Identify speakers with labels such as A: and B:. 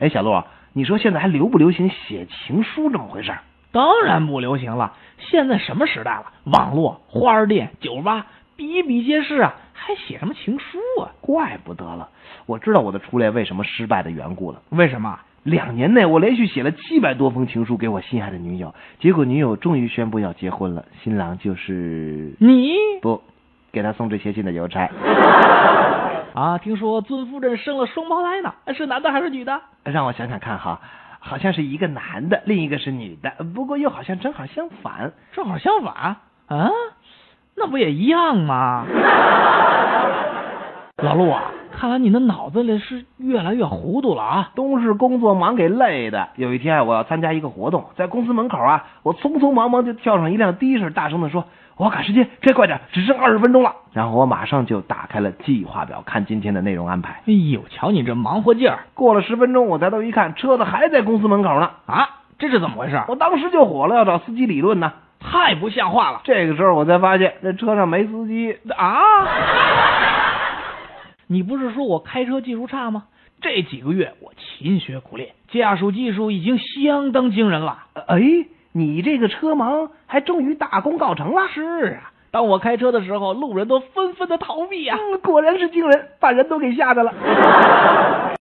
A: 哎，小陆，你说现在还流不流行写情书这么回事儿？
B: 当然不流行了，现在什么时代了？网络、花儿店、酒吧比比皆是啊，还写什么情书啊？
A: 怪不得了，我知道我的初恋为什么失败的缘故了。
B: 为什么？
A: 两年内，我连续写了七百多封情书给我心爱的女友，结果女友终于宣布要结婚了，新郎就是
B: 你
A: 不给他送这些信的邮差。
B: 啊，听说尊夫人生了双胞胎呢，哎是男的还是女的？
A: 让我想想看哈，好像是一个男的，另一个是女的，不过又好像正好相反。
B: 正好相反啊，那不也一样吗？ 老陆啊，看来你的脑子里是越来越糊涂了啊！
A: 都是工作忙给累的。有一天啊我要参加一个活动，在公司门口啊，我匆匆忙忙就跳上一辆的士，大声的说：“我要赶时间，开快点，只剩二十分钟了。”然后我马上就打开了计划表，看今天的内容安排。
B: 哎呦，瞧你这忙活劲儿
A: 过了十分钟，我抬头一看，车子还在公司门口呢。
B: 啊！这是怎么回事？
A: 我当时就火了，要找司机理论呢。
B: 太不像话了
A: 这个时候我才发现，这车上没司机。
B: 啊！你不是说我开车技术差吗？这几个月我勤学苦练，驾驶技术已经相当惊人了。
A: 哎，你这个车盲还终于大功告成了。
B: 是啊，当我开车的时候，路人都纷纷的逃避啊。
A: 嗯，果然是惊人，把人都给吓着了。